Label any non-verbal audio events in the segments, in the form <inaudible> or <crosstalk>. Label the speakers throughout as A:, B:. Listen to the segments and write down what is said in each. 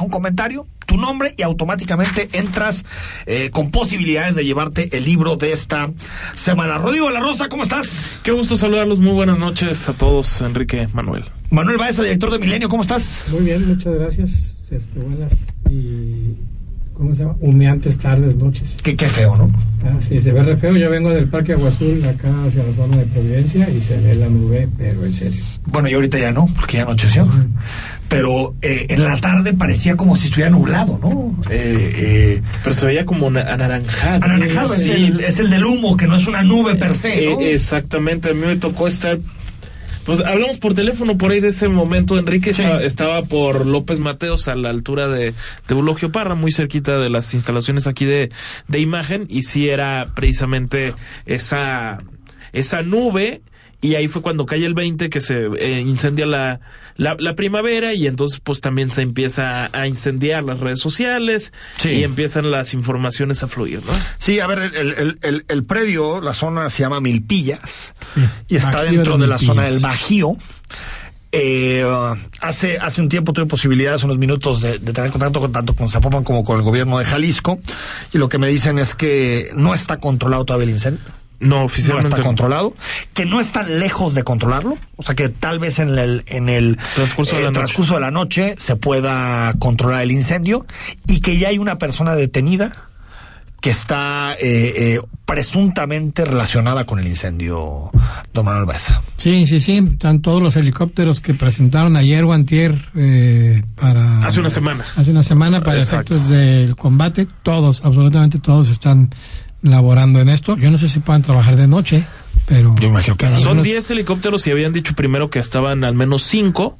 A: un comentario, tu nombre y automáticamente entras eh, con posibilidades de llevarte el libro de esta semana. Rodrigo de la Rosa, ¿cómo estás?
B: Qué gusto saludarlos, muy buenas noches a todos, Enrique Manuel.
A: Manuel Baeza, director de Milenio, ¿cómo estás?
C: Muy bien, muchas gracias. Este, buenas y ¿cómo se llama? Humeantes tardes, noches.
A: Qué, qué feo, ¿no?
C: Ah, sí, se ve re feo. Yo vengo del Parque Aguazul, acá hacia la zona de Providencia, y se ve la nube, pero en serio.
A: Bueno, yo ahorita ya no, porque ya anocheció.
C: Ajá.
A: Pero eh, en la tarde parecía como si estuviera nublado, ¿no? Eh, eh,
B: Pero se veía como na- anaranjado.
A: anaranjado
B: Sí.
A: es, el, es el del humo, que no es una nube per se. ¿no?
B: Eh, exactamente, a mí me tocó estar. Pues hablamos por teléfono por ahí de ese momento, Enrique
A: Sí.
B: estaba, estaba por López Mateos a la altura de, de Eulogio Parra, muy cerquita de las instalaciones aquí de, de imagen, y sí era precisamente esa, esa nube, y ahí fue cuando cae el 20 que se eh, incendia la, la, la primavera, y entonces pues también se empieza a incendiar las redes sociales,
A: Sí.
B: y empiezan las informaciones a fluir, ¿no?
A: Sí, a ver, el, el- el- el- el predio, la zona se llama Milpillas
C: Sí,
A: y está
C: Bajío
A: dentro
C: de
A: de la
C: Milpillas.
A: zona del Bajío. Eh, hace, hace un tiempo tuve posibilidad, hace unos minutos, de, de tener contacto con, tanto con Zapopan como con el gobierno de Jalisco. Y lo que me dicen es que no está controlado todavía el incendio.
B: No,
A: No
B: oficialmente.
A: está controlado, que no están lejos de controlarlo, o sea que tal vez en el, en el eh,
B: Transcurso de la noche.
A: transcurso de la noche se pueda controlar el incendio y que ya hay una persona detenida que está eh, eh, presuntamente relacionada con el incendio, don Manuel Baeza.
D: Sí, sí, sí. Están todos los helicópteros que presentaron ayer o antier eh, para...
B: Hace una semana.
D: Hace una semana para
B: Exacto.
D: efectos del combate. Todos, absolutamente todos están laborando en esto. Yo no sé si puedan trabajar de noche, pero...
A: Yo imagino que
D: pero
A: sí.
D: al
B: Son
D: menos-
B: 10 helicópteros y habían dicho primero que estaban al menos 5.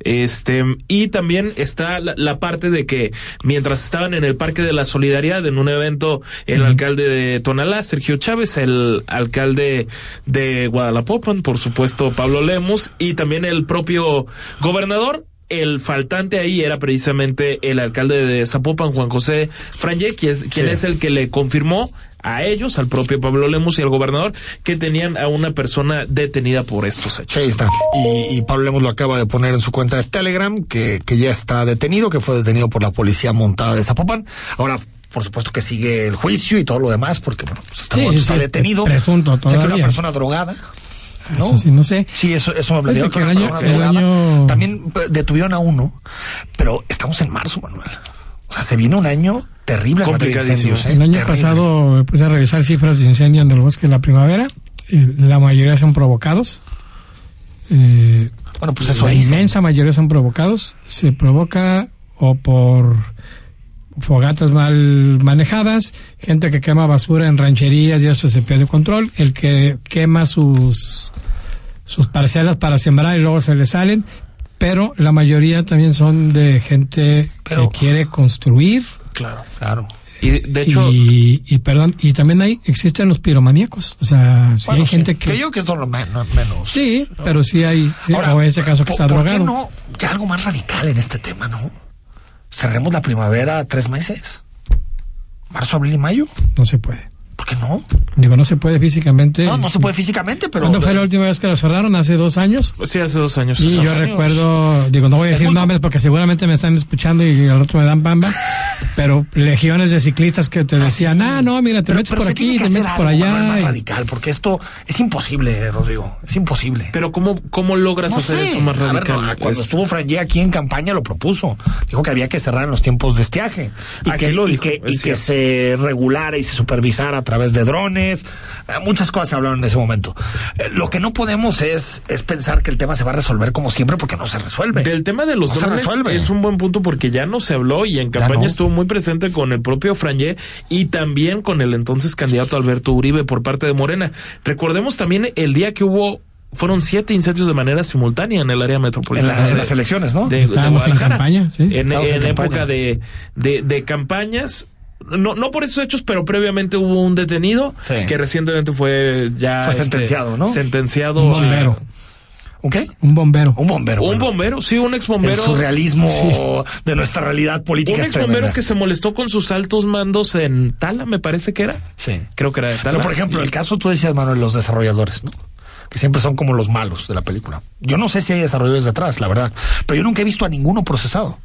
B: Este, y también está la, la parte de que mientras estaban en el Parque de la Solidaridad, en un evento, el alcalde de Tonalá, Sergio Chávez, el alcalde de Guadalapopan, por supuesto, Pablo Lemus, y también el propio gobernador. El faltante ahí era precisamente el alcalde de Zapopan, Juan José Franje, quien es, quien
A: Sí.
B: es el que le confirmó a ellos, al propio Pablo Lemus y al gobernador, que tenían a una persona detenida por estos
A: Sí,
B: hechos.
A: ahí está. Y, y Pablo Lemos lo acaba de poner en su cuenta de Telegram, que, que ya está detenido, que fue detenido por la policía montada de Zapopan. Ahora, por supuesto que sigue el juicio y todo lo demás, porque bueno, pues hasta
D: Sí,
A: el momento
D: sí,
A: está
D: sí, es
A: detenido.
D: presunto
A: O sea, que una
D: todavía.
A: persona drogada. ¿no?
D: Eso sí, no sé.
A: Sí, eso, eso me platicaron
D: Fíjate
A: que
D: que
A: una persona
D: el año- el
A: drogada.
D: año-
A: También eh, detuvieron a uno, pero estamos en marzo, Manuel. O sea, se viene un año terrible en materia de
B: Complicadísimo.
A: incendios, ¿eh?
D: El año
A: Terrible.
D: pasado me puse a revisar cifras de incendio en el bosque de la primavera. Eh, La mayoría son provocados. Eh,
A: Bueno, pues eso
D: la
A: dicen.
D: inmensa mayoría son provocados. Se provoca o por fogatas mal manejadas, gente que quema basura en rancherías y eso se pierde control, el que quema sus sus parcelas para sembrar y luego se le salen, pero la mayoría también son de gente
A: Pero-
D: que quiere construir
B: Claro.
A: Claro.
B: Y de- de hecho,
D: y, y perdón, y también hay existen los piromaníacos, o sea, si
A: Bueno,
D: hay
A: sí.
D: gente que
A: Creo que es lo men- menos.
D: sí, pero sí hay sí,
A: Ahora,
D: o ese caso que
A: ¿por-
D: está
A: ¿por
D: drogado.
A: qué no? Ya algo más radical en este tema, ¿no? Cerremos la primavera tres meses. Marzo, abril y mayo.
D: No se puede.
A: ¿Por qué no?
D: Digo, no se puede físicamente.
A: No, no se puede físicamente, pero.
D: ¿Cuándo fue la última vez que lo cerraron? Hace dos años.
B: sí, hace dos años.
D: Y yo
B: Hace años.
D: recuerdo, digo, no voy a
A: Es
D: decir
A: muy com-
D: nombres porque seguramente me están escuchando y al otro me dan bamba, pero legiones de ciclistas que te decían, ah, no, mira, te
A: Pero-
D: metes
A: pero
D: por
A: se tiene
D: aquí,
A: que
D: te
A: hacer
D: metes por
A: algo, Manuel,
D: allá.
A: más
D: y-
A: radical, porque esto es imposible, Rodrigo. Es imposible.
B: Pero ¿cómo, cómo logras
A: No
B: hacer
A: sé.
B: eso más
A: A ver,
B: radical?
A: no, cuando
B: Es-
A: estuvo Franje aquí en campaña lo propuso. Dijo que había que cerrar en los tiempos de estiaje. Y,
B: Aquí
A: que,
B: lo
A: y
B: dijo,
A: que-
B: es
A: y que
B: cierto.
A: se regulara y se supervisara a través de drones. Eh, Muchas cosas se hablaron en ese momento. Eh, Lo que no podemos es, es pensar que el tema se va a resolver como siempre porque no se resuelve.
B: Del tema de los
A: No Pues se
B: drones
A: resuelve.
B: es un buen punto porque ya no se habló y en campaña
A: no.
B: estuvo muy presente con el propio Franje y también con el entonces candidato Alberto Uribe por parte de Morena. Recordemos también el día que hubo fueron siete incendios de manera simultánea en el área metropolitana.
A: En la- en
B: de-
A: las elecciones, ¿no?
B: de- de
D: Estábamos en
B: Guadalajara.
D: campaña, sí.
B: En-
A: Estábamos en
B: en
A: campaña.
B: época de, de, de campañas. No, no por esos hechos, pero previamente hubo un detenido
A: Sí.
B: que recientemente fue ya
A: Fue
B: este,
A: sentenciado, ¿no?
B: Sentenciado
D: Un
B: a-
D: bombero,
A: ¿Un qué?
D: un bombero.
A: Un bombero.
B: un
A: bueno.
B: bombero, sí, un ex
A: El
B: bombero.
A: surrealismo de nuestra realidad política
B: Un
A: es
B: ex bombero
A: tremenda.
B: que se molestó con sus altos mandos en Tala, me parece que era.
A: Sí.
B: Creo que era de Tala.
A: Pero, por ejemplo, el caso tú decías, Manuel, los desarrolladores, ¿no? Que siempre son como los malos de la película. Yo no sé si hay desarrolladores detrás, la verdad. Pero yo nunca he visto a ninguno procesado.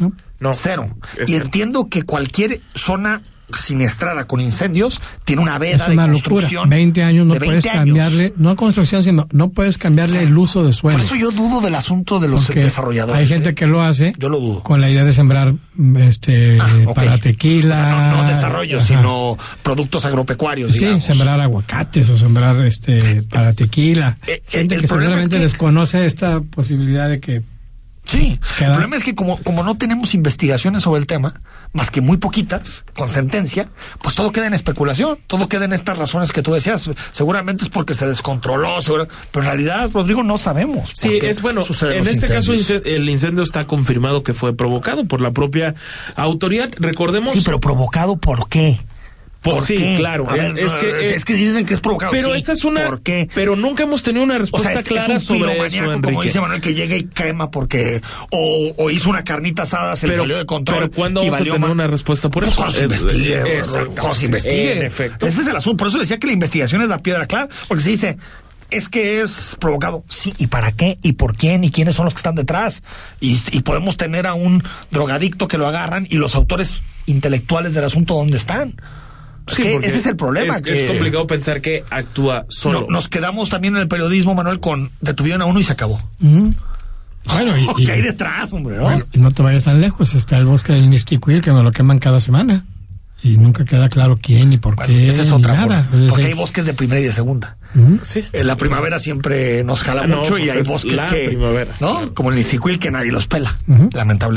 D: ¿no?
B: No.
A: Cero.
B: Es
A: y
B: cierto.
A: entiendo que cualquier zona siniestrada con incendios tiene una veda
D: Es
A: de
D: una locura.
A: construcción.
D: 20 años no
A: de 20
D: puedes
A: años.
D: cambiarle, no construcción, sino no puedes cambiarle el uso de
A: Por
D: suelo.
A: eso yo dudo del asunto de los
D: porque
A: desarrolladores.
D: Hay gente
A: ¿eh?
D: que lo hace
A: Yo lo dudo.
D: con la idea de sembrar mm, este
A: Ah, ok.
D: para tequila.
A: O sea, no, no desarrollo,
D: Ajá.
A: sino productos agropecuarios,
D: Sí,
A: digamos.
D: sembrar aguacates o sembrar este para tequila.
A: Eh, eh,
D: Gente
A: el problema
D: que
A: es
D: seguramente
A: que-
D: desconoce esta posibilidad de que
A: Sí, el
D: Queda-
A: problema es que como, como no tenemos investigaciones sobre el tema, más que muy poquitas, con sentencia, pues todo queda en especulación, todo queda en estas razones que tú decías. Seguramente es porque se descontroló, segura- pero en realidad, Rodrigo, no sabemos. por
B: Sí,
A: qué
B: es bueno.
A: suceden
B: En
A: los
B: este caso,
A: incendios.
B: ince- el incendio está confirmado que fue provocado por la propia autoridad. Recordemos.
A: Sí, pero provocado por qué.
B: Por- sí,
A: qué?
B: claro.
A: A ver,
B: Es que, eh,
A: es que dicen que es provocado.
B: pero
A: sí,
B: esta es una.
A: ¿Por qué?
B: Pero nunca hemos tenido una
A: O
B: respuesta
A: sea, es, es
B: clara
A: un
B: sobre eso,
A: piromaniaco, como
B: Enrique.
A: dice Manuel, que llega y quema porque o, o hizo una carnita asada, se le
B: Pero-
A: salió de control.
B: pero ¿cuándo
A: y
B: vamos a
A: valió
B: tener
A: ma-
B: una respuesta por
A: Pues
B: eso?
A: cuando se
B: Eh,
A: investigue,
B: eh,
A: bro, cuando se investigue.
B: En efecto.
A: Ese es el asunto. Por eso decía que la investigación es la piedra clave, porque se dice... Es que es provocado. Sí, ¿y para qué? ¿Y por quién? ¿Y quiénes son los que están detrás? Y, y podemos tener a un drogadicto que lo agarran y los autores intelectuales del asunto, ¿dónde están? Es
B: Sí,
A: que
B: porque
A: ese es el problema.
B: Es,
A: que-
B: es complicado pensar que actúa solo.
A: no- nos quedamos también en el periodismo, Manuel, con detuvieron a uno y se
B: <laughs>
A: acabó.
D: mm, bueno y, y-
A: ¿Qué hay detrás, hombre? ¿no?
D: bueno, y no te vayas tan lejos está el bosque del Nisticuil que nos lo queman cada semana y nunca queda claro quién y por
A: Bueno,
D: qué
A: esa es
B: eh,
D: ni
A: otra.
D: nada.
A: por-
B: pues,
D: Es decir,
A: porque hay bosques de primera y de segunda.
D: mm,
B: Sí.
A: En la primavera siempre nos jala
B: Ah, no,
A: mucho y
B: pues
A: hay
B: es
A: bosques
B: la
A: que.
B: primavera.
A: ¿No? Como el Nisicuil que nadie los pela,
D: Ujú.
A: lamentablemente.